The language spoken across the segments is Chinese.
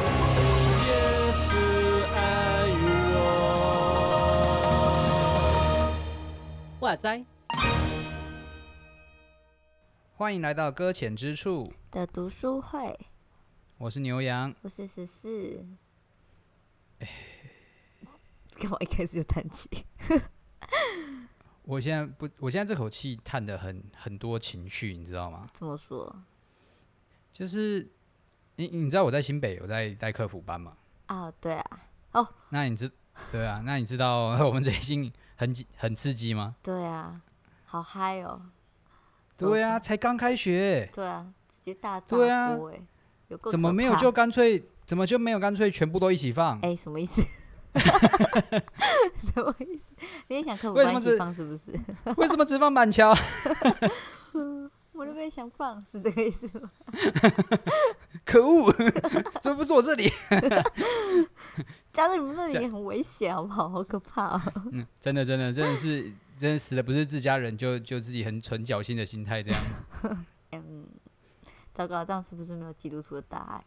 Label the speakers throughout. Speaker 1: 也是爱我。哇塞！
Speaker 2: 欢迎来到搁浅之处，
Speaker 3: 的读书会，
Speaker 2: 我是牛羊。
Speaker 3: 我是十四。
Speaker 2: 哎
Speaker 3: 干嘛一开始就叹气？
Speaker 2: 我现在不，我现在这口气叹的很很多情绪，你知道吗？
Speaker 3: 这么说
Speaker 2: 就是你你知道我在新北有在带客服班嘛？
Speaker 3: 啊？对啊，
Speaker 2: 那你知对啊？那你知道 我们最近很紧很刺激吗？
Speaker 3: 对啊，好嗨哦！
Speaker 2: 对啊，才刚开学，
Speaker 3: 对啊，直接大炸
Speaker 2: 对啊
Speaker 3: 锅哎、有够
Speaker 2: 怎
Speaker 3: 可
Speaker 2: 么没有
Speaker 3: 怕
Speaker 2: 就干脆怎么就没有干脆全部都一起放？
Speaker 3: 哎、什么意思？ 什么意思？你也想客服
Speaker 2: 为什
Speaker 3: 关
Speaker 2: 么
Speaker 3: 系
Speaker 2: 是
Speaker 3: 放是不是？
Speaker 2: 为什么只放板桥？
Speaker 3: 我都没想放，是这个 意思吗？
Speaker 2: 可恶， 怎么不是我这里？
Speaker 3: 加在你们那里也很危险，好不好？好可怕、哦！
Speaker 2: 嗯，真的真的真的是真的死的不是自家人，就就自己很存侥幸的心态这样子。
Speaker 3: 糟糕，这样是不是没有基督徒的大爱？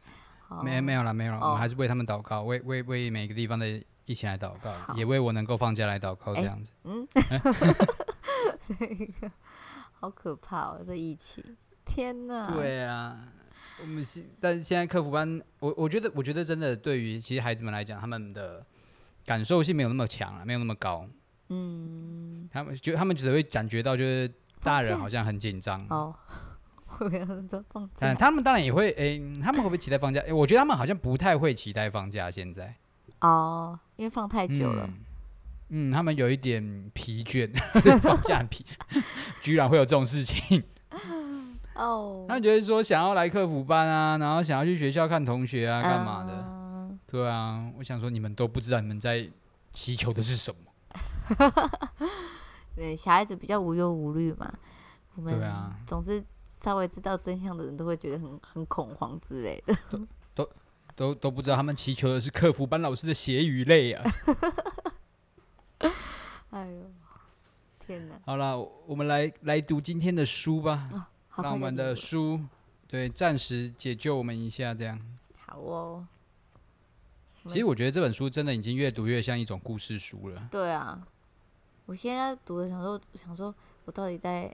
Speaker 3: 好
Speaker 2: 没没有啦，没有啦，我
Speaker 3: 哦
Speaker 2: 们还是为他们祷告，为为为每个地方的疫情来祷告，
Speaker 3: 好
Speaker 2: 也为我能够放假来祷告，这
Speaker 3: 哎
Speaker 2: 样子。
Speaker 3: 嗯， 这个好可怕哦，这疫情！天哪！，
Speaker 2: 对啊，我们是，但是现在客服班，我我觉得，我觉得真的对于其实孩子们来讲，他们的感受性没有那么强啊，没有那么高，
Speaker 3: 嗯，
Speaker 2: 他们就他们只会感觉到就是大人好
Speaker 3: 像
Speaker 2: 像很紧张。
Speaker 3: 哦，我跟他说放
Speaker 2: 但
Speaker 3: 假
Speaker 2: 他们当然也会，诶、他们会不会期待放假？诶、我觉得他们好像不太会期待放假。现在
Speaker 3: 哦，因为放太久了。
Speaker 2: 嗯嗯，他们有一点疲倦， 放假很疲， 居然会有这种事情。
Speaker 3: 哦，
Speaker 2: 他们觉得说想要来客服班啊，然后想要去学校看同学啊，干嘛的？
Speaker 3: 嗯
Speaker 2: 对啊，我想说你们都不知道你们在祈求的是什么。
Speaker 3: 对，小孩子比较无忧无虑嘛。我们
Speaker 2: 对啊
Speaker 3: 总是稍微知道真相的人都会觉得很很恐慌之类的。
Speaker 2: 都都不知道他们祈求的是客服班老师的血与泪 啊！
Speaker 3: 哎呦，天哪！
Speaker 2: 好了，我们来来读今天的书吧，
Speaker 3: 哦好
Speaker 2: 让
Speaker 3: 快
Speaker 2: 我们
Speaker 3: 就
Speaker 2: 的
Speaker 3: 结束
Speaker 2: 书对暂时解救我们一下。这样，
Speaker 3: 了好哦，我们
Speaker 2: 其实我觉得这本书真的已经越读越像一种故事书了。
Speaker 3: 对啊，我现在读的想说想说，我到底在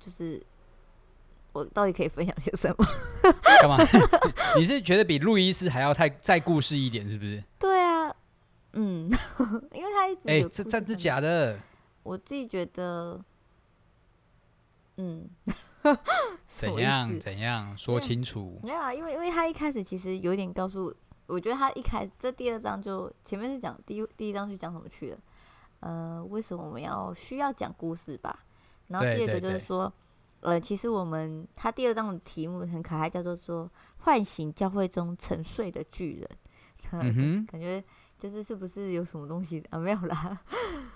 Speaker 3: 就是我到底可以分享些什么？
Speaker 2: 干嘛？ 你是觉得比路易斯还要太再故事一点，是不是？
Speaker 3: 对啊，嗯， 因为他一直
Speaker 2: 哎、
Speaker 3: 有
Speaker 2: 这
Speaker 3: 故
Speaker 2: 这
Speaker 3: 事
Speaker 2: 是
Speaker 3: 上
Speaker 2: 假的，
Speaker 3: 我自己觉得，嗯，什
Speaker 2: 怎
Speaker 3: 么意
Speaker 2: 样
Speaker 3: 思
Speaker 2: 怎样说
Speaker 3: 嗯
Speaker 2: 清楚。
Speaker 3: 没有啊，因为因为他一开始其实有点告诉，我觉得他一开始这第二章就前面是讲第一第一章是讲什么去了，呃，为什么我们要需要讲故事吧？然后
Speaker 2: 对
Speaker 3: 第二
Speaker 2: 对
Speaker 3: 个就是
Speaker 2: 对
Speaker 3: 说，呃，其实我们他第二章的题目很可爱，叫做说唤醒教会中沉睡的巨人，
Speaker 2: 嗯哼，
Speaker 3: 感觉就是是不是有什么东西啊？没有啦，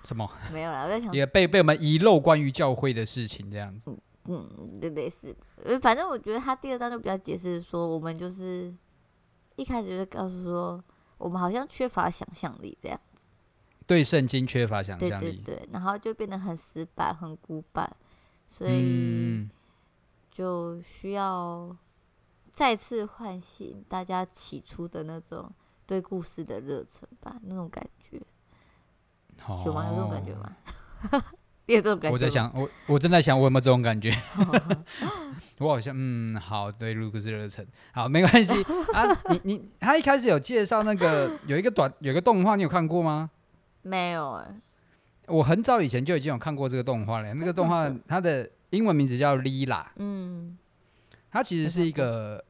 Speaker 2: 什么？
Speaker 3: 没有啦，我在想
Speaker 2: 也被被我们遗漏关于教会的事情，这样子。
Speaker 3: 嗯，对，类似的，呃反正我觉得他第二章就比较解释说，我们就是一开始就是告诉说，我们好像缺乏想象力这样，
Speaker 2: 对圣经缺乏想
Speaker 3: 对
Speaker 2: 象
Speaker 3: 对
Speaker 2: 力。
Speaker 3: 对，然后就变得很死板、很古板，所以
Speaker 2: 嗯，
Speaker 3: 就需要再次唤醒大家起初的那种对故事的热忱吧，那种感觉，
Speaker 2: 哦
Speaker 3: 有吗？有这种感觉吗？ 你有这种感觉？
Speaker 2: 我在，想，我我正在想，我有没有这种感觉？
Speaker 3: 哦
Speaker 2: 我好像，嗯，好，对，卢克斯热忱，好，没关系啊。你你他一开始有介绍那个有一个短有一个动画，你有看过吗？
Speaker 3: 没有哎、
Speaker 2: 我很早以前就已经有看过这个动画了。那个动画
Speaker 3: 哦真的
Speaker 2: 它的英文名字叫《Lila》，
Speaker 3: 嗯，
Speaker 2: 它其实是一个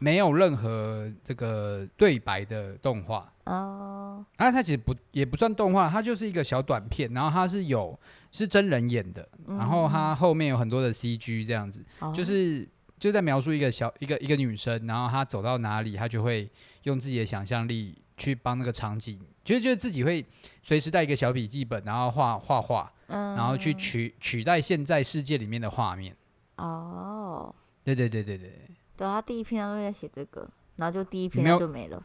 Speaker 2: 没有任何这个对白的动画。
Speaker 3: 哦，
Speaker 2: 啊，它其实不也不算动画，它就是一个小短片，然后它是有是真人演的，
Speaker 3: 嗯
Speaker 2: 然后它后面有很多的 CG 这样子，
Speaker 3: 哦
Speaker 2: 就是就在描述一个小一个一个女生，然后她走到哪里，她就会用自己的想象力去帮那个场景，就是就是自己会随时带一个小笔记本，然后画画画，
Speaker 3: 嗯，
Speaker 2: 然后去取取代现在世界里面的画面。
Speaker 3: 哦。
Speaker 2: 对对对对对，
Speaker 3: 对啊他第一篇他都在写这个，然后就第一篇
Speaker 2: 没有
Speaker 3: 就没了，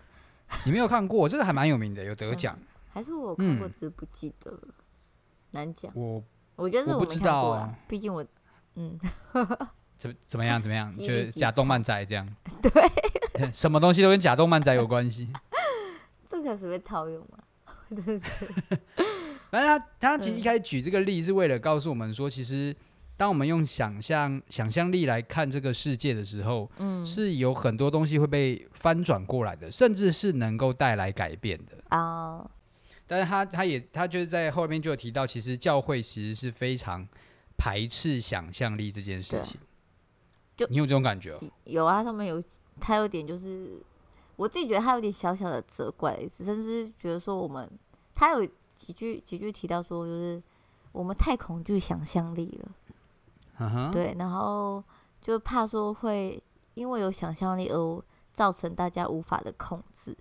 Speaker 2: 你没有看过，这个还蛮有名的，有得
Speaker 3: 真的
Speaker 2: 奖。
Speaker 3: 还是我有看过
Speaker 2: 嗯
Speaker 3: 只是不记得了。难讲。
Speaker 2: 我
Speaker 3: 我觉得是
Speaker 2: 我
Speaker 3: 没
Speaker 2: 不
Speaker 3: 看
Speaker 2: 知道
Speaker 3: 过
Speaker 2: 啊
Speaker 3: 啦，毕竟我，嗯，
Speaker 2: 怎怎么样怎么样，
Speaker 3: 记忆
Speaker 2: 就
Speaker 3: 力
Speaker 2: 是
Speaker 3: 极
Speaker 2: 假动
Speaker 3: 差
Speaker 2: 漫仔这 样。对， 什么东西都跟假动漫仔有关系。
Speaker 3: 这个随便套用嘛。
Speaker 2: 反正他他其实一开始举这个例是为了告诉我们说，其实当我们用想象想象力来看这个世界的时候，
Speaker 3: 嗯
Speaker 2: 是有很多东西会被翻转过来的，甚至是能够带来改变的。
Speaker 3: 啊，
Speaker 2: 但是他他也他就是在后面就有提到，其实教会其实是非常排斥想象力这件事
Speaker 3: 对啊
Speaker 2: 情。
Speaker 3: 就
Speaker 2: 你有这种感觉哦、
Speaker 3: 有啊，上面有，他有点就是，我自己觉得他有点小小的责怪的意思，甚至觉得说我们，他有几句几句提到说，就是我们太恐惧想象力了，
Speaker 2: 嗯哼，
Speaker 3: 对，然后就怕说会因为有想象力而造成大家无法的控制，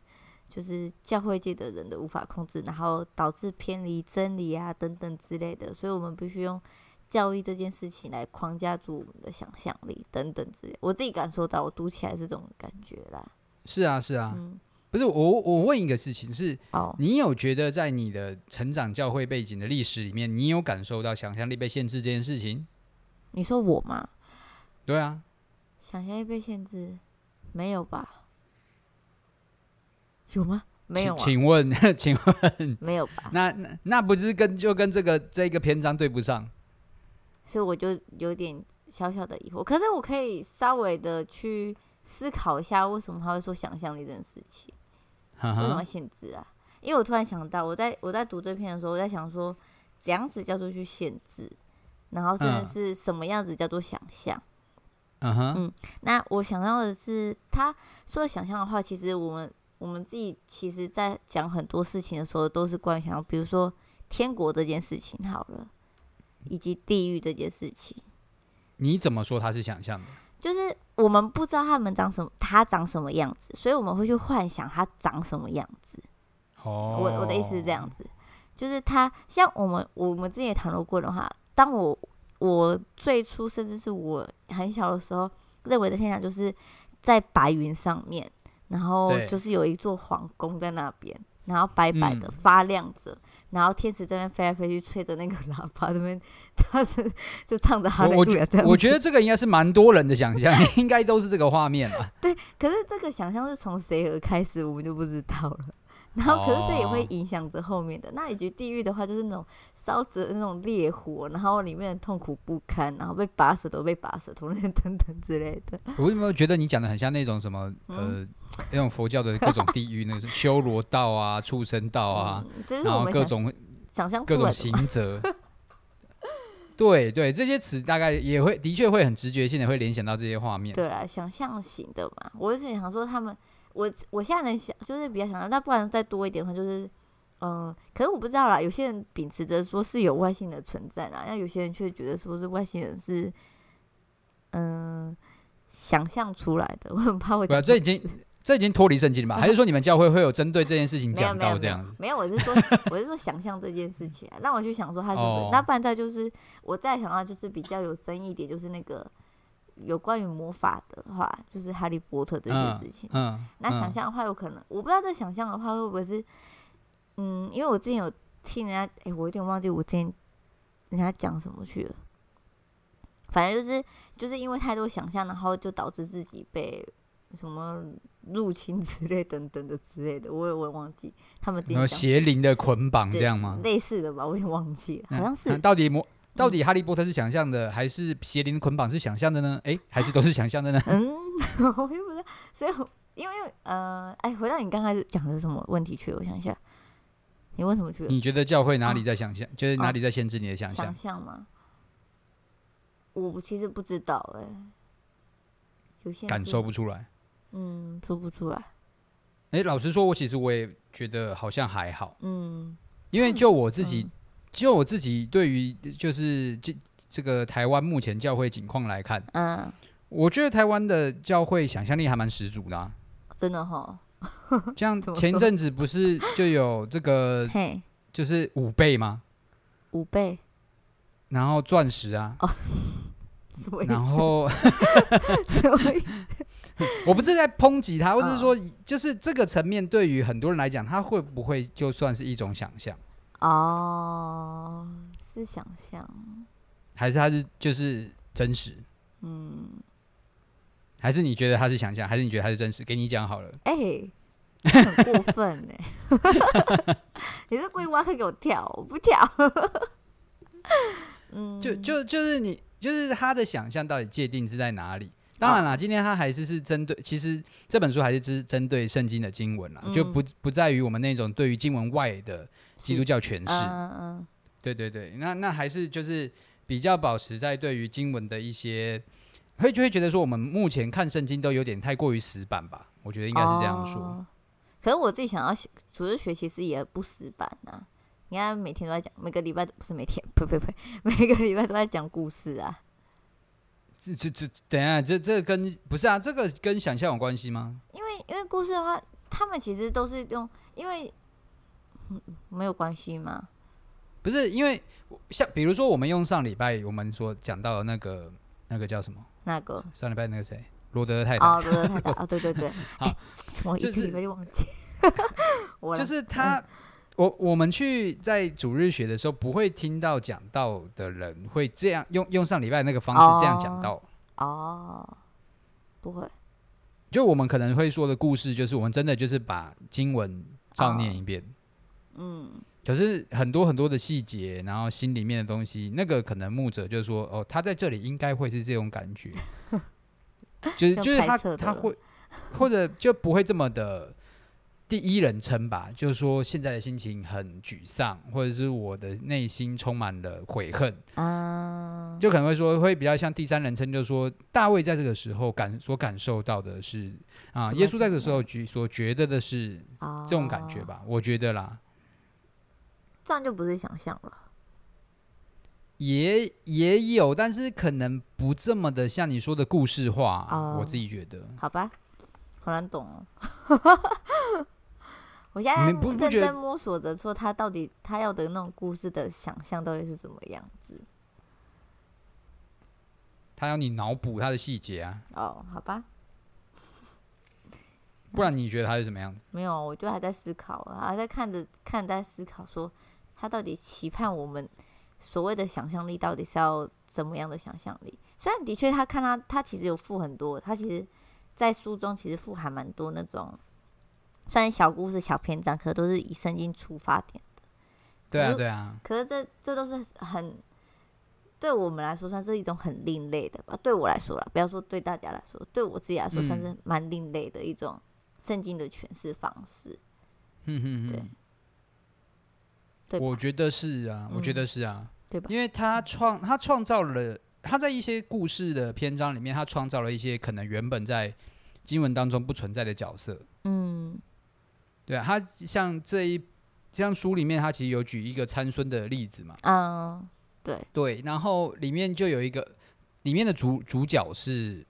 Speaker 3: 就是教会界的人的无法控制，然后导致偏离真理啊等等之类的，所以我们必须用教育这件事情来框架住我们的想象力等等之类。我自己感受到，我读起来是这种感觉啦。
Speaker 2: 是啊是啊，
Speaker 3: 嗯，
Speaker 2: 不是我我问一个事情是，
Speaker 3: 哦，
Speaker 2: 你有觉得在你的成长教会背景的历史里面，你有感受到想象力被限制这件事情？
Speaker 3: 你说我吗？
Speaker 2: 对啊，
Speaker 3: 想象力被限制？没有吧？有吗？没有啊
Speaker 2: 请，请问， 请问，
Speaker 3: 没有吧？
Speaker 2: 那那那不是跟就跟这个这个篇章对不上？
Speaker 3: 所以我就有点小小的疑惑。可是我可以稍微的去思考一下，为什么他会说想象力这件事情，
Speaker 2: 哈
Speaker 3: 为什么
Speaker 2: 哈
Speaker 3: 要，限制啊？因为我突然想到，我在我在读这篇的时候，我在想说，怎样子叫做去限制，然后甚
Speaker 2: 嗯
Speaker 3: 至是什么样子叫做想象。
Speaker 2: 嗯哼，
Speaker 3: 嗯那我想到的是，他说想象的话，其实我们我们自己其实在讲很多事情的时候，都是关于想象，比如说天国这件事情好了，以及地狱这件事情。
Speaker 2: 你怎么说它是想象的？
Speaker 3: 就是我们不知道他们长什么，他长什么样子，所以我们会去幻想他长什么样子。
Speaker 2: 哦，
Speaker 3: 我我的意思是这样子，就是他像我们我们之前也谈论过的话，当我我最初甚至是我很小的时候认为的天堂就是在白云上面，然后
Speaker 2: 对
Speaker 3: 就是有一座皇宫在那边，然后白白的
Speaker 2: 嗯
Speaker 3: 发亮着。然后天使这边飞来飞去，吹着那个喇叭，这边他是 就唱着哈
Speaker 2: 我
Speaker 3: 利
Speaker 2: 我
Speaker 3: 路亚
Speaker 2: 觉
Speaker 3: 这样
Speaker 2: 我
Speaker 3: 子
Speaker 2: 觉得这个应该是蛮多人的想 象，应该都是这个画面吧。
Speaker 3: 可是这个想象是从谁而开始，我们就不知道了。 然后，可是这也会
Speaker 2: 哦
Speaker 3: 影响着后面的。那以及地狱的话，就是那种烧着那种烈火，然后里面的痛苦不堪，然后被拔舌头、被拔舌头那些等等之类的。嗯
Speaker 2: 我有没有觉得你讲的很像那种什么呃那种佛教的各种地狱，那个是修罗道 啊、畜生道啊，
Speaker 3: 嗯，这就是
Speaker 2: 然
Speaker 3: 我
Speaker 2: 后
Speaker 3: 们
Speaker 2: 各
Speaker 3: 想
Speaker 2: 种
Speaker 3: 想象出
Speaker 2: 各
Speaker 3: 来
Speaker 2: 种
Speaker 3: 的嘛。
Speaker 2: 刑责。 对对，这些词大概也会的确会很直觉性的会联想到这些画面。
Speaker 3: 对啊，想象型的嘛。我是想说他们，我我现在能想，就是比较想象，那不然再多一点的话，就是。嗯，可是我不知道啦。有些人秉持着说是有外星人存在啦，那有些人却觉得说是外星人是，嗯，想象出来的。我 很怕我
Speaker 2: 对啊，
Speaker 3: 讲
Speaker 2: 这已
Speaker 3: 错
Speaker 2: 经这已经脱离圣经了吧？ 还是说你们教会会有针对这件事情
Speaker 3: 没有
Speaker 2: 讲
Speaker 3: 没有
Speaker 2: 到
Speaker 3: 没
Speaker 2: 这
Speaker 3: 有
Speaker 2: 样子？
Speaker 3: 没有，我是 说我是说想象这件事情啊，让我去想说他是不是。
Speaker 2: 哦
Speaker 3: 那不然再就是我再想到就是比较有争议一点，就是那个有关于魔法的话，就是哈利波特这些
Speaker 2: 嗯
Speaker 3: 事情。
Speaker 2: 嗯，
Speaker 3: 那想
Speaker 2: 嗯
Speaker 3: 象的话，有可能、我不知道这想象的话会不会是，嗯，因为我之前有听人家，哎、我有点忘记我之前人家讲什么去了。反正就是就是因为太多想象，然后就导致自己被什么入侵之类等等的之类的，我也我也忘记他们之前
Speaker 2: 然后
Speaker 3: 讲什么
Speaker 2: 邪灵的捆绑
Speaker 3: 对
Speaker 2: 这样吗？嗯
Speaker 3: 类似的吧，我有点忘记了，好像是嗯
Speaker 2: 那到底魔到底哈利波特是想象的，还是邪灵捆绑是想象的呢？诶，还是都是想象的呢？
Speaker 3: 嗯， 我也不知道，所以我因为因为呃，哎，回到你刚开始讲的什么问题去了，我想一下，你问什么去了？
Speaker 2: 你觉得教会哪里在想象，就是哪里在限制你的想象
Speaker 3: 啊想？象吗？我不其实不知道哎、有些人
Speaker 2: 感
Speaker 3: 是
Speaker 2: 受不出来。
Speaker 3: 嗯说不出来，
Speaker 2: 诶，老实说，我其实我也觉得好像还好，
Speaker 3: 嗯
Speaker 2: 因为就我自己
Speaker 3: 嗯，
Speaker 2: 就我自己对于就是这这个台湾目前教会情况来看，
Speaker 3: 嗯，
Speaker 2: 我觉得台湾的教会想象力还蛮十足的 啊。
Speaker 3: 真的哈，
Speaker 2: 像
Speaker 3: 怎么
Speaker 2: 前
Speaker 3: 说
Speaker 2: 阵子不是就有这个
Speaker 3: 嘿，
Speaker 2: 就是五倍吗？
Speaker 3: 五倍
Speaker 2: 然后钻石 啊，
Speaker 3: 什么意思？
Speaker 2: 然后
Speaker 3: 什么意思
Speaker 2: 我不是在抨击他，我只是
Speaker 3: 哦
Speaker 2: 说，就是这个层面对于很多人来讲，他会不会就算是一种想象？
Speaker 3: 哦，是想象，
Speaker 2: 还是它是就是真实？
Speaker 3: 嗯，
Speaker 2: 还是你觉得它是想象？还是你觉得它是真实？给你讲好了。
Speaker 3: 哎、很过分呢、 你是故意挖坑给我跳，我不跳。 嗯，
Speaker 2: 就就就是你就是他的想象到底界定是在哪里？当然啦，今天他还是是针对，其实这本书还是只针对圣经的经文啦，就
Speaker 3: 嗯
Speaker 2: 不不在于我们那种对于经文外的基督
Speaker 3: 是
Speaker 2: 教诠释。
Speaker 3: 嗯嗯
Speaker 2: 对对对，那那还是就是比较保持在对于经文的一些，会就会觉得说我们目前看圣经都有点太过于死板吧，我觉得应该是这样说。
Speaker 3: 哦可是我自己想要学，主日学其实也不死板啊。你看，每天都在讲，每个礼拜都不是每天，呸呸呸，每个礼拜都在讲故事啊。
Speaker 2: 这这这，等一下，这这跟不是啊，这个跟想象有关系吗？
Speaker 3: 因为因为故事的话，他们其实都是用，因为、嗯、没有关系嘛。
Speaker 2: 不是，因为像比如说我们用上礼拜我们所讲到的那个那个叫什么？
Speaker 3: 那个
Speaker 2: 上礼拜那个谁，罗德的太太，
Speaker 3: 哦，罗德太大哦，对对对，
Speaker 2: 好
Speaker 3: 哎，怎么一
Speaker 2: 就
Speaker 3: 个
Speaker 2: 是
Speaker 3: 礼拜就忘 记？我
Speaker 2: 就
Speaker 3: 啦
Speaker 2: 是他，我我们去在主日学的时候不会听到讲到的人会这样用用上礼拜那个方式这样讲
Speaker 3: 哦
Speaker 2: 到。
Speaker 3: 哦，不会，
Speaker 2: 就我们可能会说的故事，就是我们真的就是把经文照念一遍，
Speaker 3: 嗯，
Speaker 2: 可是很多很多的细节，然后心里面的东西，那个可能牧者就说，哦，他在这里应该会是这种感 觉，就是
Speaker 3: 用
Speaker 2: 就是
Speaker 3: 猜
Speaker 2: 他
Speaker 3: 测的
Speaker 2: 他
Speaker 3: 了
Speaker 2: 会或者就不会这么的第一人称吧，就是说现在的心情很沮丧，或者是我的内心充满了悔恨，
Speaker 3: 啊，
Speaker 2: 就可能会说会比较像第三人称，就说大卫在这个时候感所感受到的是啊，
Speaker 3: 怎么
Speaker 2: 耶稣在这个
Speaker 3: 怎
Speaker 2: 时候觉所觉得的是
Speaker 3: 哦
Speaker 2: 这种感觉，吧，我觉得啦，
Speaker 3: 这样就不是想象了。
Speaker 2: 也也有，但是可能不这么的像你说的故事化，
Speaker 3: 哦
Speaker 2: 我自己觉得。
Speaker 3: 好吧，好难懂哦。 我现
Speaker 2: 你们不
Speaker 3: 在
Speaker 2: 不
Speaker 3: 正
Speaker 2: 觉得
Speaker 3: 在摸索着，说他到底他要的那种故事的想象到底是怎么样子。
Speaker 2: 他要你脑补他的细节啊，
Speaker 3: 哦，好吧，
Speaker 2: 不然你觉得他是什么样子？
Speaker 3: 没有，我就还在思考，啊还在看着看在思考说他到底期盼我们所谓的想象力到底是要怎么样的想象力？虽然的确他看他他其实有附很多，他其实在书中其实富含蛮多那种虽然小故事小篇章，可都是以圣经出发点。
Speaker 2: 对啊，
Speaker 3: 如
Speaker 2: 对啊，
Speaker 3: 可是这这都是很对我们来说算是一种很另类的吧？对我来说啦，不要说对大家来说，对我自己来说算
Speaker 2: 嗯
Speaker 3: 是蛮另类的一种圣经的诠释方式。
Speaker 2: 哼哼
Speaker 3: 对
Speaker 2: 哼，
Speaker 3: 对吧，
Speaker 2: 我觉得是啊，我觉
Speaker 3: 嗯
Speaker 2: 得是啊，
Speaker 3: 对吧
Speaker 2: 因为他创他创造了他在一些故事的篇章里面，他创造了一些可能原本在经文当中不存在的角色。
Speaker 3: 嗯，
Speaker 2: 对啊，他像这一像书里面，他其实有举一个参孙的例子嘛。
Speaker 3: 嗯，对，
Speaker 2: 对，然后里面就有一个里面的主主角是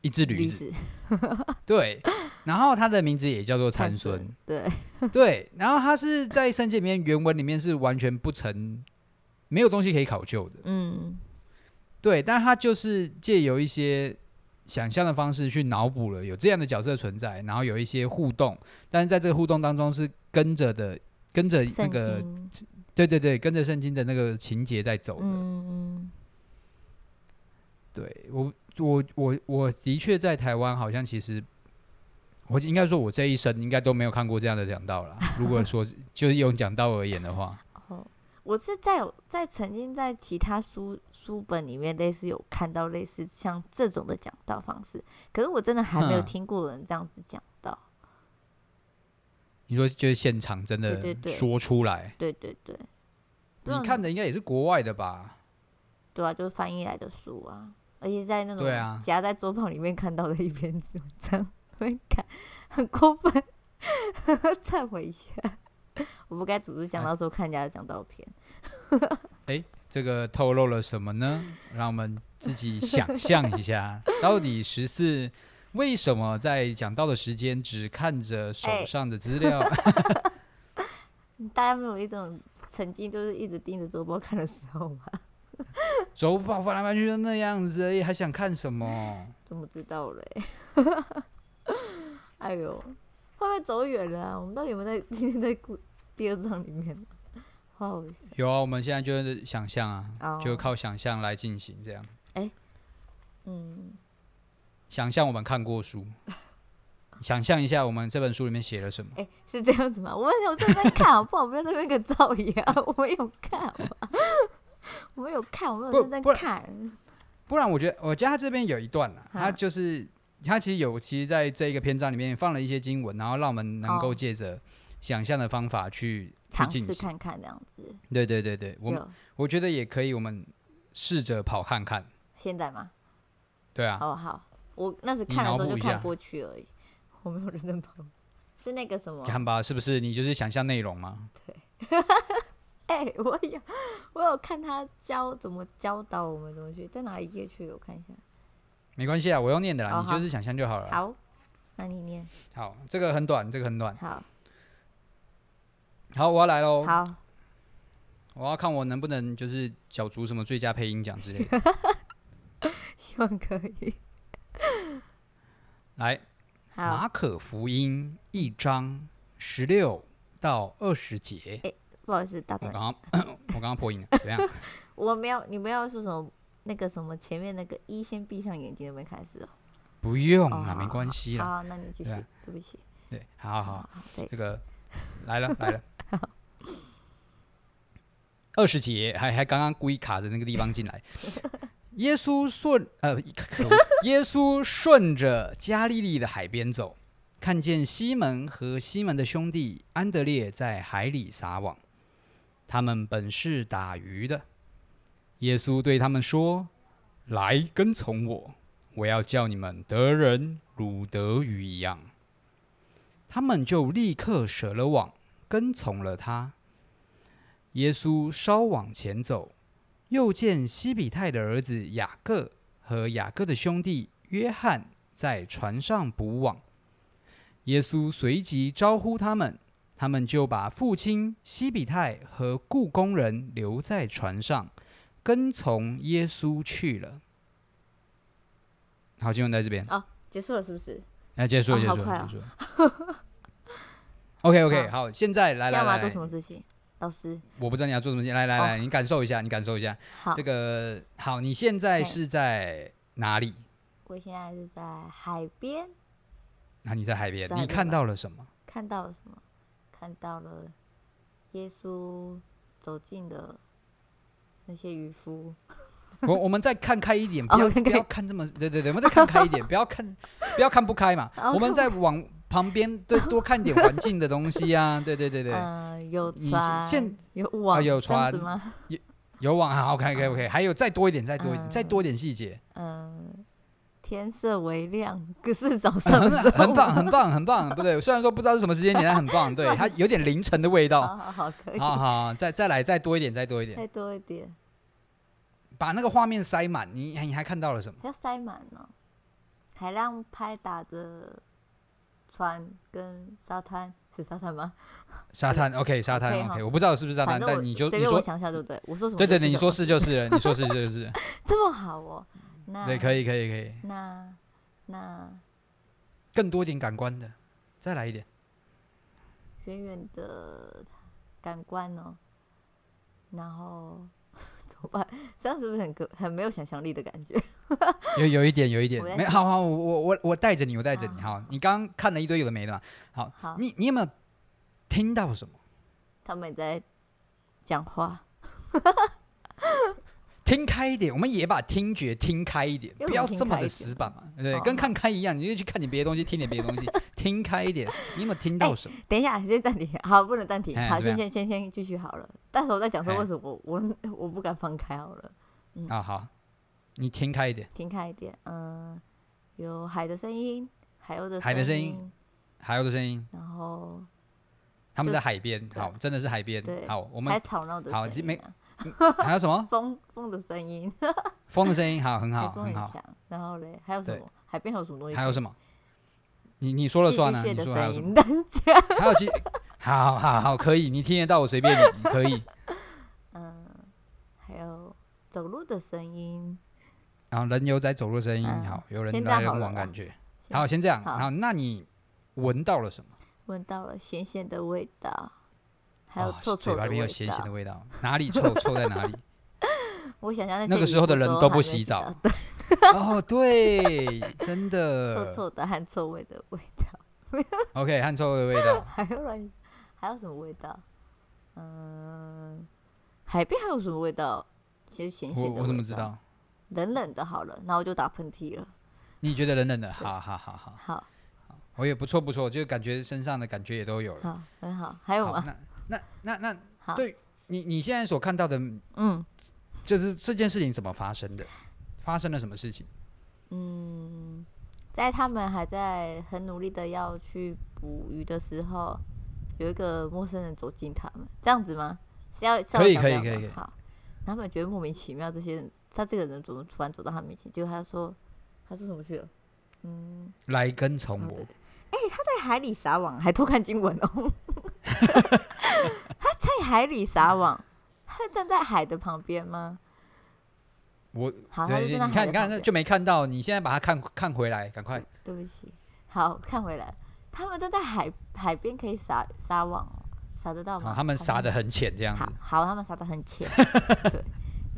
Speaker 2: 一只驴子，
Speaker 3: 子
Speaker 2: 对，然后他的名字也叫做参孙，，
Speaker 3: 对，
Speaker 2: 对，然后他是在圣经里面原文里面是完全不曾没有东西可以考究的，
Speaker 3: 嗯，
Speaker 2: 对，但他就是借由一些想象的方式去脑补了有这样的角色存在，然后有一些互动，但是在这个互动当中是跟着的，跟着那
Speaker 3: 圣
Speaker 2: 个，
Speaker 3: 经，
Speaker 2: 对对对，跟着圣经的那个情节在走的。
Speaker 3: 嗯，
Speaker 2: 对我，我，我，我的确在台湾好像其实。我应该说，我这一生应该都没有看过这样的讲道啦。如果 说就是用讲道而言的话，
Speaker 3: 哦，我是在有在曾经在其他书书本里面类似有看到类似像这种的讲道方式，可是我真的还没有
Speaker 2: 哼
Speaker 3: 听过有人这样子讲道。
Speaker 2: 你说就是现场真的
Speaker 3: 对对对
Speaker 2: 说出来，
Speaker 3: 对对对，对啊
Speaker 2: 你看的应该也是国外的吧？
Speaker 3: 对啊，就是翻译来的书啊，而且在那种
Speaker 2: 对啊
Speaker 3: 夹在桌旁里面看到的一篇 文章，会看很过分， 忏悔一下，我不该组织讲
Speaker 2: 啊
Speaker 3: 到时候看人家的讲道片。
Speaker 2: 这个透露了什么呢？让我们自己 想象一下，到底十四为什么在讲到的时间只看着手
Speaker 3: 哎
Speaker 2: 上的资 料？
Speaker 3: 大家没有一种曾经就是一直盯着周报看的时候吗？
Speaker 2: 周报翻来翻去就那样子而已，还想看什么？
Speaker 3: 怎么知道嘞？ 哎呦，会不会走远了、啊？我们到底有没有在今天在故第二章里面？话，我
Speaker 2: 有啊，我们现在就是想象啊
Speaker 3: 哦
Speaker 2: 就靠想象来进行这样。
Speaker 3: 嗯，
Speaker 2: 想象我们看过书， 想象一下我们这本书里面写了什么。
Speaker 3: 哎、是这样子吗？我们有在那边看好不好？不要在那边给造谣，啊我们有看好吗？我们有看，我们有
Speaker 2: 不
Speaker 3: 认
Speaker 2: 不
Speaker 3: 真
Speaker 2: 然
Speaker 3: 看。
Speaker 2: 不然我觉得，我觉得他这边有一段啊，他
Speaker 3: 啊
Speaker 2: 就是他其实有，其实在这一个篇章里面放了一些经文，然后让我们能够
Speaker 3: 哦
Speaker 2: 借着想象的方法去去
Speaker 3: 尝
Speaker 2: 进
Speaker 3: 试
Speaker 2: 行。
Speaker 3: 看看这样子，
Speaker 2: 对对对对，我们
Speaker 3: 有
Speaker 2: 我觉得也可以，我们试着跑看看。
Speaker 3: 现在吗？
Speaker 2: 对啊，
Speaker 3: 哦，好，我那时
Speaker 2: 你
Speaker 3: 看的
Speaker 2: 脑
Speaker 3: 时候
Speaker 2: 补
Speaker 3: 就
Speaker 2: 一下
Speaker 3: 看过去而已，我没有认真跑。是那个什么？
Speaker 2: 看吧，是不是你就是想象内容吗？
Speaker 3: 哎、我有，我有看他教怎么教导我们怎么去，在哪一页去了？我看一下。
Speaker 2: 没关系啊，我用念的啦，
Speaker 3: 哦
Speaker 2: 你
Speaker 3: 好
Speaker 2: 就是想象就好了啦。
Speaker 3: 好，那你念。
Speaker 2: 好，这个很短，这个很短。
Speaker 3: 好，
Speaker 2: 好，我要来喽。
Speaker 3: 好，
Speaker 2: 我要看我能不能就是角逐什么最佳配音奖之类 的。
Speaker 3: 希望可以。
Speaker 2: 来，
Speaker 3: 好，
Speaker 2: 马可福音一章十六到二十节。
Speaker 3: 不好意思，打
Speaker 2: 我
Speaker 3: 断你
Speaker 2: 刚刚 我刚刚破音了，怎么样？
Speaker 3: 我没有，你不要说什么那个什么前面那个一先闭上眼睛那边开始哦。
Speaker 2: 不用
Speaker 3: 哦
Speaker 2: 啦，没关系啦。
Speaker 3: 好，那你继续
Speaker 2: 对啊，
Speaker 3: 对不起。
Speaker 2: 对，好好好，
Speaker 3: 好，再一
Speaker 2: 这
Speaker 3: 次。
Speaker 2: 个来 了来了。二十节还还刚刚故意卡着那个地方进 来。耶稣顺呃， 可恶耶稣顺着加利利的海边走，看见西门和西门的兄弟安德烈在海里撒网，他们本是打鱼的。耶稣对他们说：“来跟从我，我要叫你们得人如得鱼一样。”他们就立刻舍了网，跟从了他。耶稣稍往前走，又见西比泰的儿子雅各和雅各的兄弟约翰在船上捕网。耶稣随即招呼他们，他们就把父亲西比泰和雇工人留在船上，跟从耶稣去了。好，经文在这边。
Speaker 3: 哦，结束了是不是？
Speaker 2: 哎，结束了，
Speaker 3: 哦
Speaker 2: 结
Speaker 3: 好
Speaker 2: 束
Speaker 3: 快
Speaker 2: 了，
Speaker 3: 哦
Speaker 2: 结束了。OK OK，好，现在来来
Speaker 3: 现在我们要
Speaker 2: 来
Speaker 3: 做什，么事情？老师，
Speaker 2: 我不知道你要做什么事情，来来
Speaker 3: 哦
Speaker 2: 来，你感受一下，你感受一下
Speaker 3: 好
Speaker 2: 这，个。好，你现在
Speaker 3: 嘿
Speaker 2: 是在哪里？
Speaker 3: 我现在是在海边，
Speaker 2: 那啊你在海边
Speaker 3: 在，海
Speaker 2: 你
Speaker 3: 边
Speaker 2: 看
Speaker 3: 吧
Speaker 2: 到了什么？
Speaker 3: 看到了什么？看到了耶稣走进了那些渔夫。
Speaker 2: 我我们再看开一点，
Speaker 3: 哦
Speaker 2: 不要
Speaker 3: 看
Speaker 2: 不
Speaker 3: 开
Speaker 2: 要看这么，对对对，我们再看开一 点，不要看不要看不开嘛。
Speaker 3: 哦
Speaker 2: 我们
Speaker 3: 看不
Speaker 2: 再往旁边 多多看点环境的东西啊，对对对对，
Speaker 3: 嗯，有
Speaker 2: 你是
Speaker 3: 船，
Speaker 2: 现啊
Speaker 3: 有网，
Speaker 2: 有
Speaker 3: 这样子
Speaker 2: 船
Speaker 3: 吗？
Speaker 2: 有往好，OK OK OK，还有再多一点，再多一点，再
Speaker 3: 嗯
Speaker 2: 多一点细节，
Speaker 3: 嗯，天色微亮，可是早上
Speaker 2: 很
Speaker 3: 的时候
Speaker 2: 很 棒，
Speaker 3: 吗
Speaker 2: 很棒，很棒。不对，虽然说不知道是什么时间点，但很棒。 对，它有点凌晨的味道。
Speaker 3: 好好好，可以，
Speaker 2: 好好，好再再来，再多一点，再多一点，
Speaker 3: 再多一点，
Speaker 2: 把那个画面塞满。你你还看到了什么？
Speaker 3: 要塞满哦。海浪拍打着船跟沙滩，是沙滩吗？
Speaker 2: 沙滩，OK，沙滩
Speaker 3: OK 嗯哈
Speaker 2: ，OK。我不知道是不是沙滩，
Speaker 3: 反正我
Speaker 2: 但你就
Speaker 3: 随
Speaker 2: 你
Speaker 3: 便我
Speaker 2: 说，
Speaker 3: 想一下，对不对？我说什么？
Speaker 2: 对对对，
Speaker 3: 是
Speaker 2: 你
Speaker 3: 什
Speaker 2: 说
Speaker 3: 么
Speaker 2: 是就是了，你说是就是
Speaker 3: 这么好哦，那
Speaker 2: 对，可以可以可以，
Speaker 3: 那那
Speaker 2: 更多一点感官的，再来一点。
Speaker 3: 远远的感官哦，然后 怎么办？这样是不是很可很没有想象力的感觉？
Speaker 2: 有有一点，有一点
Speaker 3: 我，啊在
Speaker 2: 没好好，我我我我带着你，我带着你。
Speaker 3: 好
Speaker 2: 好，你刚刚看了一堆有的没的嘛。好
Speaker 3: 好，
Speaker 2: 你你有没有听到什么？
Speaker 3: 他们也在讲话，
Speaker 2: 听开一点，我们也把听觉听开一点，
Speaker 3: 因为我们
Speaker 2: 不要这么
Speaker 3: 听开
Speaker 2: 的
Speaker 3: 一点
Speaker 2: 死板嘛，对，
Speaker 3: 哦
Speaker 2: 跟看开一样，你就去看点别的东西，听点别的东西，听开一点。你有没有听
Speaker 3: 哎
Speaker 2: 到什么？
Speaker 3: 等一下，先暂停，好，不能暂停，
Speaker 2: 哎
Speaker 3: 好，
Speaker 2: 怎么
Speaker 3: 先先先先继续好了。到时候再讲说
Speaker 2: 哎
Speaker 3: 为什么我我我不敢放开好了，
Speaker 2: 啊、好，你听开一点，
Speaker 3: 停开一点，嗯，有海的声音，海鸥的
Speaker 2: 海的声音
Speaker 3: 音，
Speaker 2: 海鸥的声音，
Speaker 3: 然后
Speaker 2: 他们
Speaker 3: 就
Speaker 2: 在海边，
Speaker 3: 对
Speaker 2: 好，真的是海边
Speaker 3: 对，
Speaker 2: 好，我
Speaker 3: 还有
Speaker 2: 们
Speaker 3: 吵闹的
Speaker 2: 好
Speaker 3: 声
Speaker 2: 这没
Speaker 3: 音啊、
Speaker 2: 还有什么
Speaker 3: 风风的声音，
Speaker 2: 风的声音， 好，很
Speaker 3: 海
Speaker 2: 好，
Speaker 3: 风
Speaker 2: 很
Speaker 3: 很
Speaker 2: 好，
Speaker 3: 强。然后嘞，还有什
Speaker 2: 对
Speaker 3: 么？海边还有什么东西可以？
Speaker 2: 还有什么？你你说了
Speaker 3: 寄
Speaker 2: 算
Speaker 3: 居
Speaker 2: 啊，
Speaker 3: 蟹
Speaker 2: 你
Speaker 3: 的
Speaker 2: 说还有什
Speaker 3: 声
Speaker 2: 么？
Speaker 3: 音， 大家，
Speaker 2: 还有鸡，好好好，可以，你听得到，我随便你，你可 以。
Speaker 3: 嗯，还有走路的声音。
Speaker 2: 然后人有在走路的声音，
Speaker 3: 嗯
Speaker 2: 好，有人
Speaker 3: 先这
Speaker 2: 来
Speaker 3: 样
Speaker 2: 人
Speaker 3: 好了
Speaker 2: 往，
Speaker 3: 啦
Speaker 2: 感觉。
Speaker 3: 现
Speaker 2: 好，
Speaker 3: 在
Speaker 2: 先这样。
Speaker 3: 好
Speaker 2: 好，那你闻到了什么？
Speaker 3: 闻到了咸咸的味道，还有
Speaker 2: 啊
Speaker 3: 臭
Speaker 2: 嘴
Speaker 3: 臭
Speaker 2: 巴
Speaker 3: 的
Speaker 2: 里面
Speaker 3: 味
Speaker 2: 有咸咸的
Speaker 3: 道。
Speaker 2: 味道，哪里臭，臭在 哪里？
Speaker 3: 我想象那
Speaker 2: 那
Speaker 3: 些
Speaker 2: 个
Speaker 3: 姨
Speaker 2: 时候的
Speaker 3: 父
Speaker 2: 人
Speaker 3: 都
Speaker 2: 都
Speaker 3: 还
Speaker 2: 不
Speaker 3: 没
Speaker 2: 洗澡
Speaker 3: 澡，对，
Speaker 2: 哦，对，真的。
Speaker 3: 臭臭的汗臭味的味道，
Speaker 2: OK，汗臭的味道。
Speaker 3: 还有乱，还有什么味道？嗯，海边还有什么味道？其实咸
Speaker 2: 我
Speaker 3: 咸的。
Speaker 2: 我怎么知？道？
Speaker 3: 冷冷的好了，那我就打喷嚏了。
Speaker 2: 你觉得冷冷的？好好好好，
Speaker 3: 好，
Speaker 2: 我也不错不错，就感觉身上的感觉也都有了。
Speaker 3: 好，很好。还有
Speaker 2: 好，
Speaker 3: 吗？
Speaker 2: 那那那那
Speaker 3: 好，
Speaker 2: 对你你现在所看到的，
Speaker 3: 嗯
Speaker 2: 就是这件事情怎么发生的？发生了什么事情？
Speaker 3: 嗯，在他们还在很努力的要去捕鱼的时候，有一个陌生人走近他们，这样子吗？是要是要
Speaker 2: 可以
Speaker 3: 讲
Speaker 2: 可
Speaker 3: 这
Speaker 2: 以
Speaker 3: 样
Speaker 2: 可以
Speaker 3: 吗
Speaker 2: 可以
Speaker 3: 好，然后他们觉得莫名其妙，这些人他这个人怎么突然走到他面前？结果他说他说什么去了？嗯，
Speaker 2: 来跟从
Speaker 3: 哦对
Speaker 2: 我
Speaker 3: 对，在海里撒网，还偷看经文哦。 他在海里撒网，他站在海的旁边吗？
Speaker 2: 我
Speaker 3: 好，他
Speaker 2: 对，
Speaker 3: 就
Speaker 2: 你
Speaker 3: 站在
Speaker 2: 看你看
Speaker 3: 海的旁
Speaker 2: 那
Speaker 3: 边。
Speaker 2: 就没看到，你现在把它看看回来，赶快。
Speaker 3: 对不起，好，看回来，他们站在海海边可以撒撒网哦，撒得到吗？
Speaker 2: 好，他们
Speaker 3: 好像
Speaker 2: 撒的很浅，这样
Speaker 3: 好
Speaker 2: 子。
Speaker 3: 好，他们撒得很 浅，对，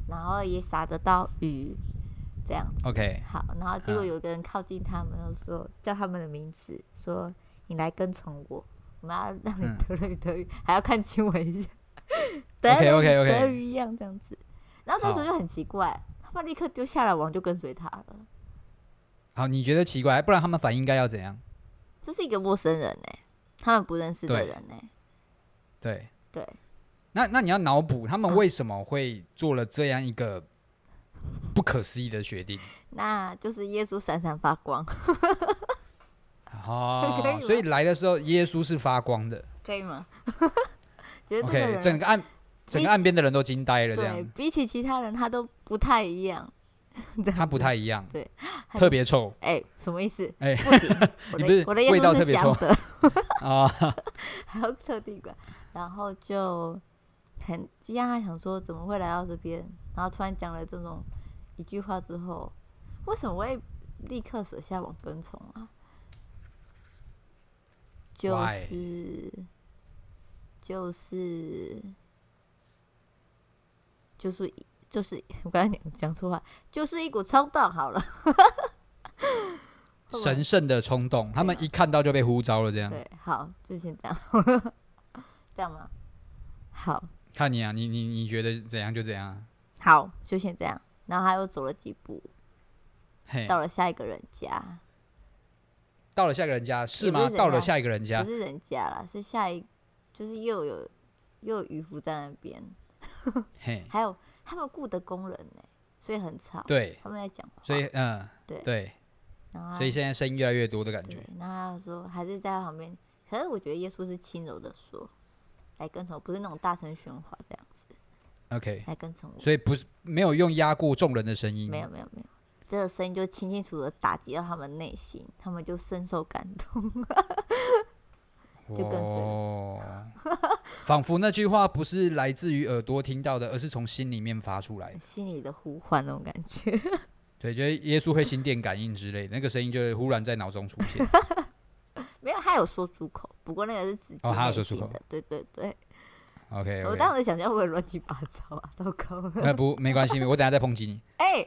Speaker 3: 然后也撒得到鱼，这样子。
Speaker 2: OK，
Speaker 3: 好，然后结果
Speaker 2: 嗯
Speaker 3: 有一个人靠近他们，就说叫他们的名字，说你来跟从我，我们要让你
Speaker 2: 嗯
Speaker 3: 得了鱼得鱼，还要看经文一样，得了鱼
Speaker 2: OK，OK，OK
Speaker 3: 得鱼一样这样子。然后那时候就很奇怪，他们立刻丢下了网就跟随他了，
Speaker 2: 好，你觉得奇怪，不然他们反应该要怎样？
Speaker 3: 这是一个陌生人呢、他们不认识的
Speaker 2: 对
Speaker 3: 人呢、
Speaker 2: 对，
Speaker 3: 对，
Speaker 2: 那那你要脑补他们
Speaker 3: 嗯
Speaker 2: 为什么会做了这样一个不可思议的决 定。
Speaker 3: 那就是耶稣闪闪发光，可以
Speaker 2: 哦
Speaker 3: 吗，
Speaker 2: 所以来的时候，耶稣是发光的。
Speaker 3: 可以吗？ 觉得这个
Speaker 2: OK，
Speaker 3: 人
Speaker 2: 整个岸，整个岸边的人都惊呆了，这
Speaker 3: 对
Speaker 2: 样
Speaker 3: 比起其他人，他都不太一样。这样
Speaker 2: 他不
Speaker 3: 子
Speaker 2: 太一样，
Speaker 3: 对，
Speaker 2: 特别 臭
Speaker 3: 哎、什么意思？
Speaker 2: 哎
Speaker 3: 不行，我
Speaker 2: 你不
Speaker 3: 的
Speaker 2: 是
Speaker 3: 我的耶
Speaker 2: 味道
Speaker 3: 稣
Speaker 2: 特
Speaker 3: 是
Speaker 2: 别
Speaker 3: 香
Speaker 2: 臭
Speaker 3: 的，
Speaker 2: 啊。
Speaker 3: 还要特地管，然后就很就让他想说怎么会来到这边，然后突然讲了这种一句话之后，为什么会立刻舍下网跟从啊？就
Speaker 2: Why？
Speaker 3: 是就是就是就是，我刚才讲讲错话，就是一股冲动好了。 会不会啊
Speaker 2: 神圣的冲动，他们一看到就被呼召了，这样。
Speaker 3: 对，好，就先这样， 这样吗？好，
Speaker 2: 看你啊，你你你觉得怎样就怎样啊。
Speaker 3: 好，就先这样。然后他又走了几步，
Speaker 2: 嘿，
Speaker 3: 到了下一个人家，
Speaker 2: 到了下一个人家是
Speaker 3: 也不是
Speaker 2: 吗？
Speaker 3: 人
Speaker 2: 到了
Speaker 3: 家
Speaker 2: 下一个人家
Speaker 3: 不，是人家啦，是下一，就是又有又有渔夫在那边，
Speaker 2: 嘿，
Speaker 3: 还有他们雇的工人呢、所以很吵，
Speaker 2: 对，
Speaker 3: 他们在讲话，
Speaker 2: 所以嗯，
Speaker 3: 对
Speaker 2: 对，
Speaker 3: 然后他
Speaker 2: 所以现在声音越来越多的感
Speaker 3: 啊对
Speaker 2: 觉。，
Speaker 3: 然后他就说还是在旁边，可是我觉得耶稣是轻柔的说，来跟从我，不是那种大声喧哗这样子，
Speaker 2: OK，
Speaker 3: 来跟从我。
Speaker 2: 所以不是没有用压过众人的声音，
Speaker 3: 没有没有没有，这个声音就清清楚楚的打击到他们内心，他们就深受感动。 就跟随了
Speaker 2: 哦，仿佛那句话不是来自于耳朵听到的，而是从心里面发出来的。
Speaker 3: 心里的呼唤那种感觉，
Speaker 2: 对，就是耶稣会心电感应之类的，那个声音就会忽然在脑中出 现。
Speaker 3: 没有，他有说出口，不过那个是直接
Speaker 2: 哦他有
Speaker 3: 内
Speaker 2: 说出
Speaker 3: 心
Speaker 2: 口
Speaker 3: 的，对对对。
Speaker 2: OK，,
Speaker 3: 我
Speaker 2: o
Speaker 3: 当
Speaker 2: k
Speaker 3: 时想象会不会乱七八糟啊，糟糕了！
Speaker 2: 那不没关系，我等下再抨击你。
Speaker 3: 哎、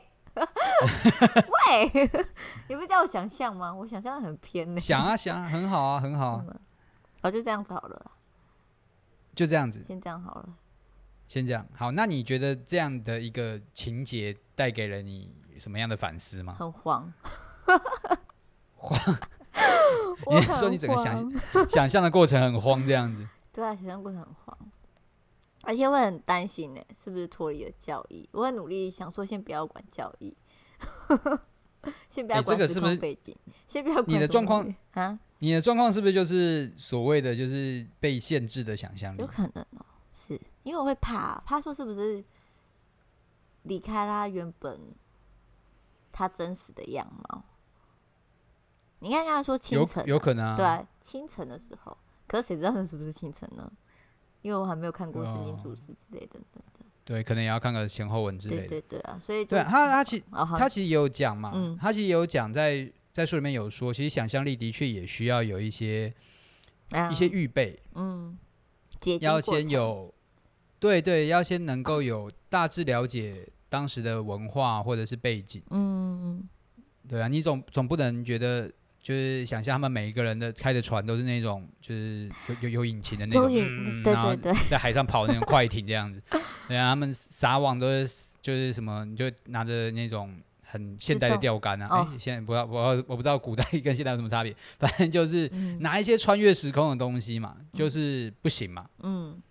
Speaker 3: 喂， 你不叫我想象吗？我想象得很偏呢、
Speaker 2: 想啊想啊，很好啊，很好、啊，
Speaker 3: 嗯哦，就这样子 好了啦，
Speaker 2: 就这样子，
Speaker 3: 先这样好了。
Speaker 2: 先这样。好，那你觉得这样的一个情节带给了你什么样的反思吗？
Speaker 3: 很慌，
Speaker 2: 慌
Speaker 3: 我
Speaker 2: 你
Speaker 3: 很
Speaker 2: 说你整个想
Speaker 3: 慌
Speaker 2: 想象的过程很慌，这样子。
Speaker 3: 对啊，想象过程很慌，而且会很担心呢，是不是脱离了教义？我很努力想说，先不要管教义， 先不
Speaker 2: 哎
Speaker 3: 要
Speaker 2: 这
Speaker 3: 管
Speaker 2: 个
Speaker 3: 时
Speaker 2: 是不
Speaker 3: 空
Speaker 2: 是
Speaker 3: 背景，先不要管
Speaker 2: 你的
Speaker 3: 什么
Speaker 2: 状况
Speaker 3: 东西啊，
Speaker 2: 你的状况是不是就是所谓的就是被限制的想象力
Speaker 3: 有？可能哦、是因为我会怕，啊怕说是不是离开他原本他真实的样貌？你看刚才说清
Speaker 2: 有
Speaker 3: 晨啊、
Speaker 2: 有可能啊，
Speaker 3: 对啊，清晨的时候，可是谁知道那是不是清晨呢？因为我还没有看过圣经
Speaker 2: 哦
Speaker 3: 注释之类等等的。
Speaker 2: 对，可能也要看个前后文之类
Speaker 3: 对
Speaker 2: 的。
Speaker 3: 对对啊，所以就
Speaker 2: 对啊，他他其
Speaker 3: 哦好
Speaker 2: 他其实也有讲嘛，
Speaker 3: 嗯
Speaker 2: 他其实也有讲在在书里面有说，其实想象力的确也需要有一些
Speaker 3: 啊
Speaker 2: 一些预备，
Speaker 3: 嗯，解经
Speaker 2: 要
Speaker 3: 过程
Speaker 2: 先有，对对，要先能够有大致了解当时的文化或者是背景，
Speaker 3: 嗯，
Speaker 2: 对啊，你总总不能觉得就是想象他们每一个人的开的船都是那种就是有有有引擎的那种，
Speaker 3: 蚯蚓，
Speaker 2: 嗯
Speaker 3: 对
Speaker 2: 然后
Speaker 3: 对对，
Speaker 2: 在海上跑那种快艇这 样子，对啊，他们撒网都是就是什么，你就拿着那种很现代的
Speaker 3: 自动
Speaker 2: 钓竿啊，
Speaker 3: 哦
Speaker 2: 哎现在不知道我我我不知道古代跟现代有什么差别， 反正就是
Speaker 3: 嗯
Speaker 2: 拿一些穿越时空的东西嘛，就是不行嘛，
Speaker 3: 嗯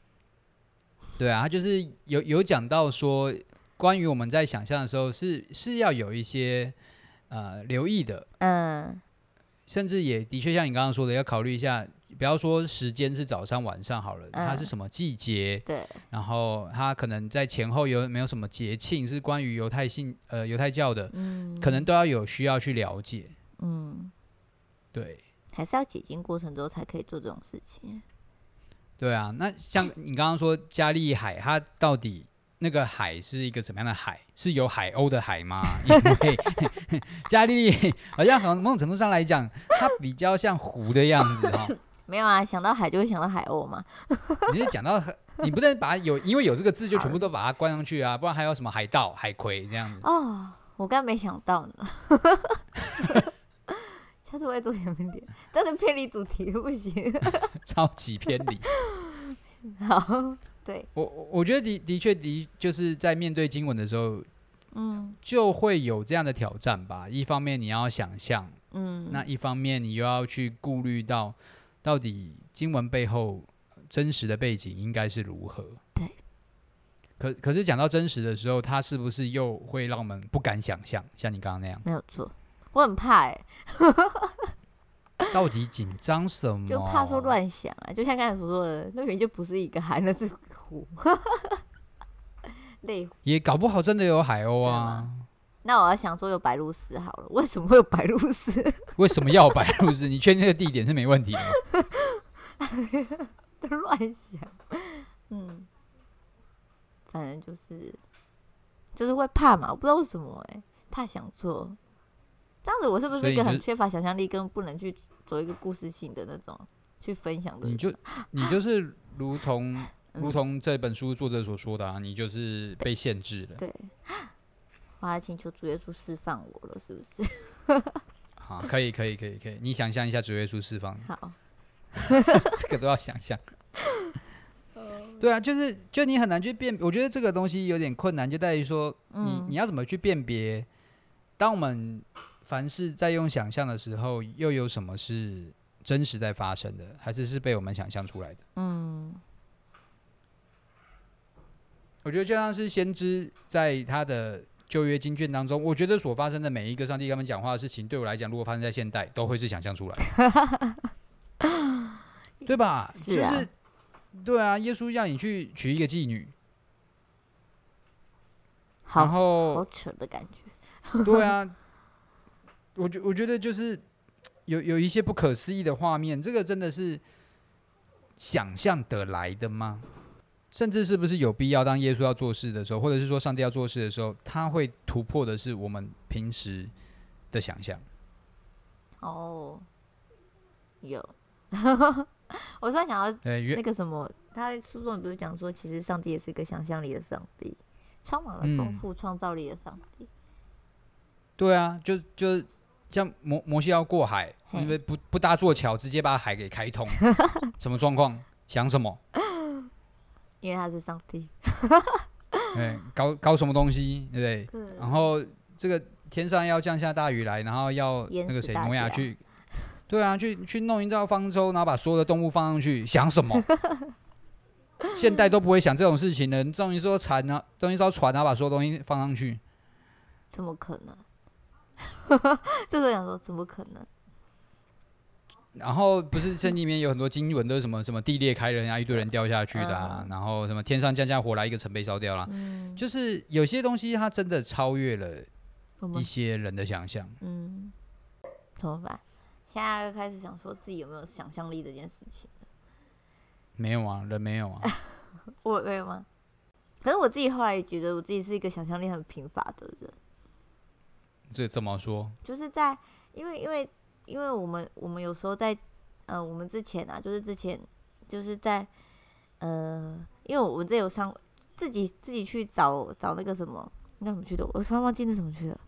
Speaker 2: 对啊，他就是有有讲到说，关于我们在想象的时候是是要有一些呃留意的，
Speaker 3: 嗯
Speaker 2: 甚至也的确像你刚刚说的，要考虑一下，不要说时间是早上晚上好了，它是
Speaker 3: 嗯
Speaker 2: 什么季节，
Speaker 3: 对，
Speaker 2: 然后它可能在前后有没有什么节庆是关于犹太信呃犹太教的，
Speaker 3: 嗯，
Speaker 2: 可能都要有需要去了解。
Speaker 3: 嗯，
Speaker 2: 对
Speaker 3: 还是要解经过程之后才可以做这种事情。
Speaker 2: 对啊，那像你刚刚说加利海，它到底那个海是一个怎么样的海？是有海鸥的海吗？ 因为加利好像从某种程度上来讲，它比较像湖的样子哈、哦。
Speaker 3: 没有啊，想到海就会想到海鸥嘛。
Speaker 2: 你是讲到很你不能把有因为有这个字就全部都把它关上去啊，不然还有什么海盗、海葵这样子。
Speaker 3: 哦，我刚没想到呢。 下次我也多想一点，但是偏离主题不行。
Speaker 2: 超级偏离。
Speaker 3: 好，对，
Speaker 2: 我我我觉得的的确的，就是在面对经文的时候，
Speaker 3: 嗯
Speaker 2: 就会有这样的挑战吧。一方面你要想象，
Speaker 3: 嗯，
Speaker 2: 那一方面你又要去顾虑到，到底经文背后真实的背景应该是如何。
Speaker 3: 对。
Speaker 2: 可可是讲到真实的时候，它是不是又会让我们不敢想象？像你刚刚那样，
Speaker 3: 没有错，我很怕哎、
Speaker 2: 到底紧张什么？
Speaker 3: 就怕说。乱想啊，就像刚才所说的，那原就不是一个海，那是湖，类湖。
Speaker 2: 也搞不好真的有海鸥
Speaker 3: 对
Speaker 2: 啊？
Speaker 3: 吗那我要想说有白鹭鸶好了，为什么会有白鹭鸶？
Speaker 2: 为什么要白鹭 鸶？你确定那个地点是没问题的吗？
Speaker 3: 都乱想，嗯，反正就是就是会怕嘛，我不知道为什么哎、怕想错。这样子我是不
Speaker 2: 所
Speaker 3: 是
Speaker 2: 以
Speaker 3: 一个
Speaker 2: 你
Speaker 3: 很
Speaker 2: 就
Speaker 3: 缺乏想象力，跟不能去做一个故事性的那种去分享的人
Speaker 2: 你
Speaker 3: 啊？
Speaker 2: 就你就是如同如
Speaker 3: 嗯
Speaker 2: 同这本书作者所说的啊，你就是被限制了
Speaker 3: 对， 我要请求主耶稣释放我了，是不是？
Speaker 2: 啊！可以可以可以可以，你想象一下主耶稣释放你，
Speaker 3: 好，
Speaker 2: 这个都要想 象。
Speaker 3: 哦
Speaker 2: 对啊，就是就你很难去辨，我觉得这个东西有点困难，就在于说你
Speaker 3: 嗯
Speaker 2: 你要怎么去辨别，当我们凡事在用想象的时候，又有什么是真实在发生的，还是是被我们想象出来的？
Speaker 3: 嗯
Speaker 2: 我觉得就像是先知在他的旧约经卷当中，我觉得所发生的每一个上帝跟他们讲话的事情，对我来讲，如果发生在现代，都会是想象出来 的，对吧？
Speaker 3: 是啊
Speaker 2: 就是对啊，耶稣让你去娶一个妓女，然
Speaker 3: 好好
Speaker 2: 后
Speaker 3: 扯的感觉。
Speaker 2: 对啊，我觉我觉得就是有有一些不可思议的画面，这个真的是想象得来的吗？甚至是不是有必要？当耶稣要做事的时候，或者是说上帝要做事的时候，他会突破的是我们平时的想象。
Speaker 3: 哦，有， 我突然想到
Speaker 2: 对，哎原
Speaker 3: 那个什么，他在书中不是讲说，其实上帝也是一个想象力的上帝，充满了丰
Speaker 2: 嗯
Speaker 3: 富创造力的上帝。
Speaker 2: 对啊，就就像摩摩西要过海，
Speaker 3: 嘿
Speaker 2: 因为不不搭座桥，直接把海给开 通，什么状况？想什么？
Speaker 3: 因为他是上帝，哦
Speaker 2: 对，搞搞什么东西？对不对？
Speaker 3: 嗯
Speaker 2: 然后这个天上要降下大雨来，然后要
Speaker 3: 淹
Speaker 2: 那个
Speaker 3: 死
Speaker 2: 谁
Speaker 3: 大
Speaker 2: 挪亚
Speaker 3: 家
Speaker 2: 去，对啊，去去弄一道方舟，然后把所有的动物放上去，想什么？ 现代都不会想这种事情了。你弄一艘船啊，弄一艘船，然后把所有东西放上去，
Speaker 3: 怎么可能？ 这时候想说，怎么可能？
Speaker 2: 然后不是圣经里面有很多经文都是什么什么地裂开人啊，一堆人掉下去的啊，然后什么天上降下火来，一个城被烧掉了啊、
Speaker 3: 嗯，
Speaker 2: 就是有些东西它真的超越了
Speaker 3: 我
Speaker 2: 一
Speaker 3: 们
Speaker 2: 些人的想象。
Speaker 3: 嗯，怎么办？现在又开始想说自己有没有想象力这件事情。
Speaker 2: 没有啊，人没有啊。
Speaker 3: 我对吗？可是我自己后来也觉得我自己是一个想象力很贫乏的人，
Speaker 2: 这怎么说？
Speaker 3: 就是在因为因为因为我们我们有时候在呃我们之前啊，就是之前就是在呃，因为我这有上自己自己去找找那个什么那什么去的，我突然忘记那什么去了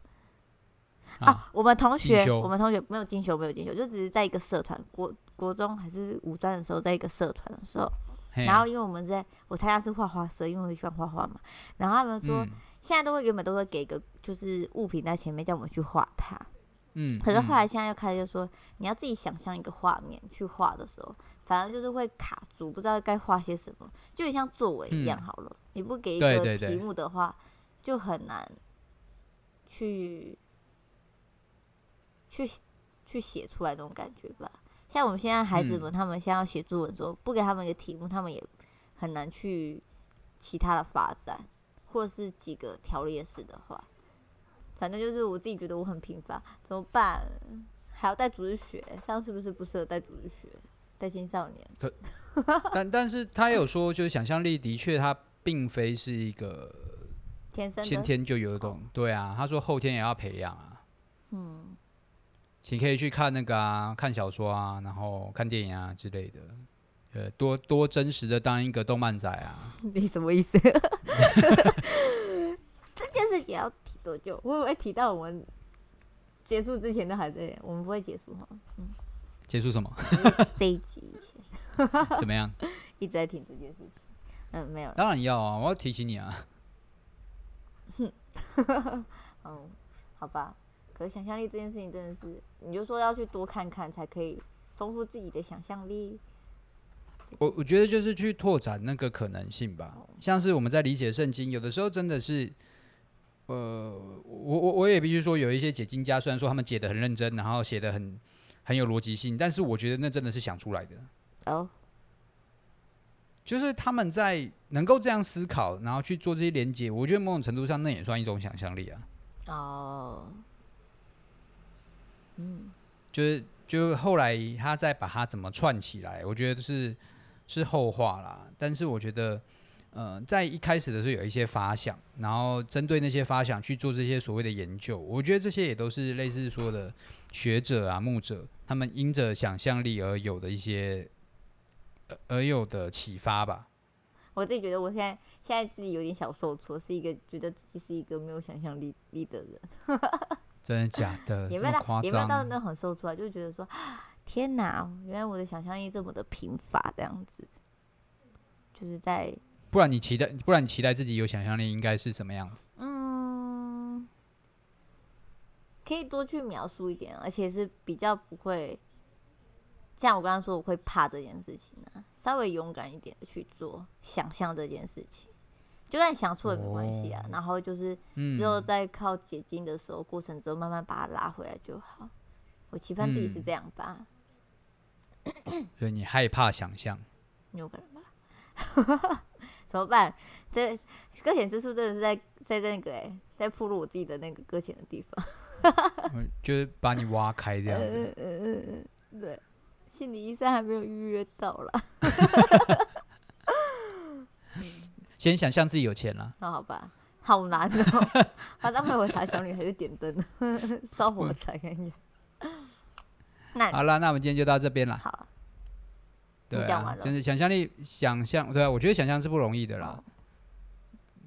Speaker 3: 啊。我们同
Speaker 2: 进
Speaker 3: 学，
Speaker 2: 修
Speaker 3: 我们同学没有进修，没有进修，就只是在一个社团，国国中还是五专的时候，在一个社团的时候，
Speaker 2: 嘿
Speaker 3: 然后因为我们在我参加是画画社，因为我喜欢画画嘛，然后他们说、
Speaker 2: 嗯
Speaker 3: 现在都会原本都会给一个就是物品在前面叫我们去画它，
Speaker 2: 嗯，
Speaker 3: 可是后来
Speaker 2: 嗯
Speaker 3: 现在又开始就说，你要自己想象一个画面去画的时候，反而就是会卡住，不知道该画些什么，就很像作文一样
Speaker 2: 嗯
Speaker 3: 好了。你不给一
Speaker 2: 对
Speaker 3: 个
Speaker 2: 对对
Speaker 3: 题目的话，就很难去去去写出来那种感觉吧。像我们现在孩子
Speaker 2: 嗯
Speaker 3: 们，他们现在要写作文的时候，不给他们一个题目，他们也很难去其他的发展，或者是几个条列式的话，反正就是我自己觉得我很贫乏，怎么办？还要带组织学，这样是不是不适合带组织学？带青少年，
Speaker 2: 但但是他有说，就是想象力的确，它并非是一个
Speaker 3: 天生
Speaker 2: 先
Speaker 3: 的，哦
Speaker 2: 天就有的东，对啊，他说后天也要培养啊。
Speaker 3: 嗯，
Speaker 2: 你可以去看那个啊，看小说啊，然后看电影啊之类的，呃，多多真实的当一个动漫仔啊。
Speaker 3: 你什么意思？ 这件事情要提多久？我以为提到我们结束之前都还在，我们不会结束哈，
Speaker 2: 结束什么？
Speaker 3: 这一集以前
Speaker 2: 怎么样？
Speaker 3: 一直在听这件事情，嗯，没有了，
Speaker 2: 当然要啊，我要提醒你啊。
Speaker 3: 嗯，好吧。可是想象力这件事情真的是，你就说要去多看看，才可以丰富自己的想象力。
Speaker 2: 我我觉得就是去拓展那个可能性吧。像是我们在理解圣经，有的时候真的是，呃，我我我也必须说，有一些解经家虽然说他们解的很认真，然后写的很很有逻辑性，但是我觉得那真的是想出来的，
Speaker 3: 哦，
Speaker 2: 就是他们在能够这样思考，然后去做这些连接，我觉得某种程度上那也算一种想象力啊。
Speaker 3: 哦，
Speaker 2: 就是就后来他再把它怎么串起来，我觉得是是后话啦。但是我觉得，呃，在一开始的时候有一些发想，然后针对那些发想去做这些所谓的研究，我觉得这些也都是类似说的学者啊、牧者他们因着想象力而有的一些。呃而有的启发吧，
Speaker 3: 我自己觉得我现在现在自己有点小受挫，是一个觉得自己是一个没有想象力力的人，
Speaker 2: 真的假的？
Speaker 3: 也
Speaker 2: 呃这
Speaker 3: 没有
Speaker 2: 么
Speaker 3: 到
Speaker 2: 夸
Speaker 3: 也没有到
Speaker 2: 张？
Speaker 3: 那很受挫啊，就觉得说， 天哪，原来我的想象力这么的贫乏，这样子，就是在
Speaker 2: 不然你期待，不然你期待自己有想象力应该是什么样子？
Speaker 3: 嗯，可以多去描述一点，啊而且是比较不会，像我刚刚说我会怕这件事情啊，稍微勇敢一点的去做，想象这件事情，就算想错也没关系啊。然后就是
Speaker 2: 嗯
Speaker 3: 之，后再靠解禁的时候，过程之后慢慢把它拉回来就好。我期盼自己是
Speaker 2: 嗯
Speaker 3: 这样吧，
Speaker 2: 所以你害怕想象，
Speaker 3: 你有可能吧？ 怎么办？这搁浅之处真的是在在在那个哎、在铺路我自己的那个搁浅的地方。
Speaker 2: 我就是把你挖开这样子。
Speaker 3: 嗯嗯嗯嗯，对，心理医生还没有预约到啦。
Speaker 2: 先想象自己有钱啦，
Speaker 3: 那好吧，好难哦。 好，待会我查小女孩就点灯 了，烧火柴感觉。那
Speaker 2: 嗯好啦，那我们今天就到这边啦。
Speaker 3: 好，
Speaker 2: 对
Speaker 3: 嗯你讲
Speaker 2: 啊
Speaker 3: 完，了
Speaker 2: 真是想象力，想象对啊，我觉得想象是不容易的啦
Speaker 3: 好。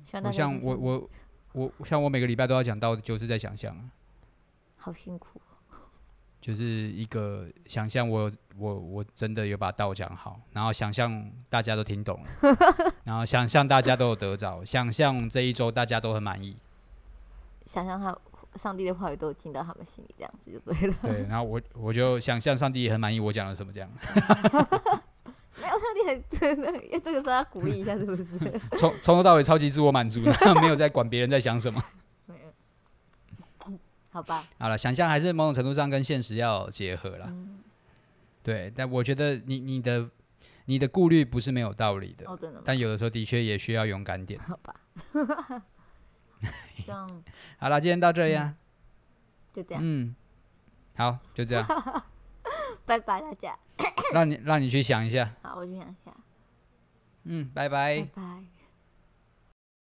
Speaker 3: 希望大
Speaker 2: 我
Speaker 3: 家
Speaker 2: 像
Speaker 3: 健
Speaker 2: 我
Speaker 3: 康
Speaker 2: 我我像我每个礼拜都要讲到，就是在想象啊，
Speaker 3: 好辛苦，
Speaker 2: 就是一个想象我有我我真的有把道讲好，然后想象大家都听懂了 然后想象大家都有得着，想象这一周大家都很满 意，
Speaker 3: 想象他上帝的话语都有进到他们心里，这样子就对了。
Speaker 2: 对，然后我我就想象上帝也很满意我讲了什么这样，
Speaker 3: 没有上帝很 真的，要这个时候要鼓励一下，是不是？
Speaker 2: 从从头到尾超级自我满足，然后没有在管别人在想什么。
Speaker 3: 没有，好吧，
Speaker 2: 好了，想象还是某种程度上跟现实要结合啦。
Speaker 3: 嗯，
Speaker 2: 对，但我觉得你你的你的顾虑不是没有道理的，
Speaker 3: 哦，真的吗？
Speaker 2: 但有的时候的确也需要勇敢点。
Speaker 3: 好吧，希望
Speaker 2: 好啦，今天到这里啊，
Speaker 3: 就嗯这样，
Speaker 2: 嗯，好，就这样，
Speaker 3: 拜拜大家。
Speaker 2: 让你让你去想一下，
Speaker 3: 好，我去想一下，
Speaker 2: 嗯，拜拜
Speaker 3: 拜。拜。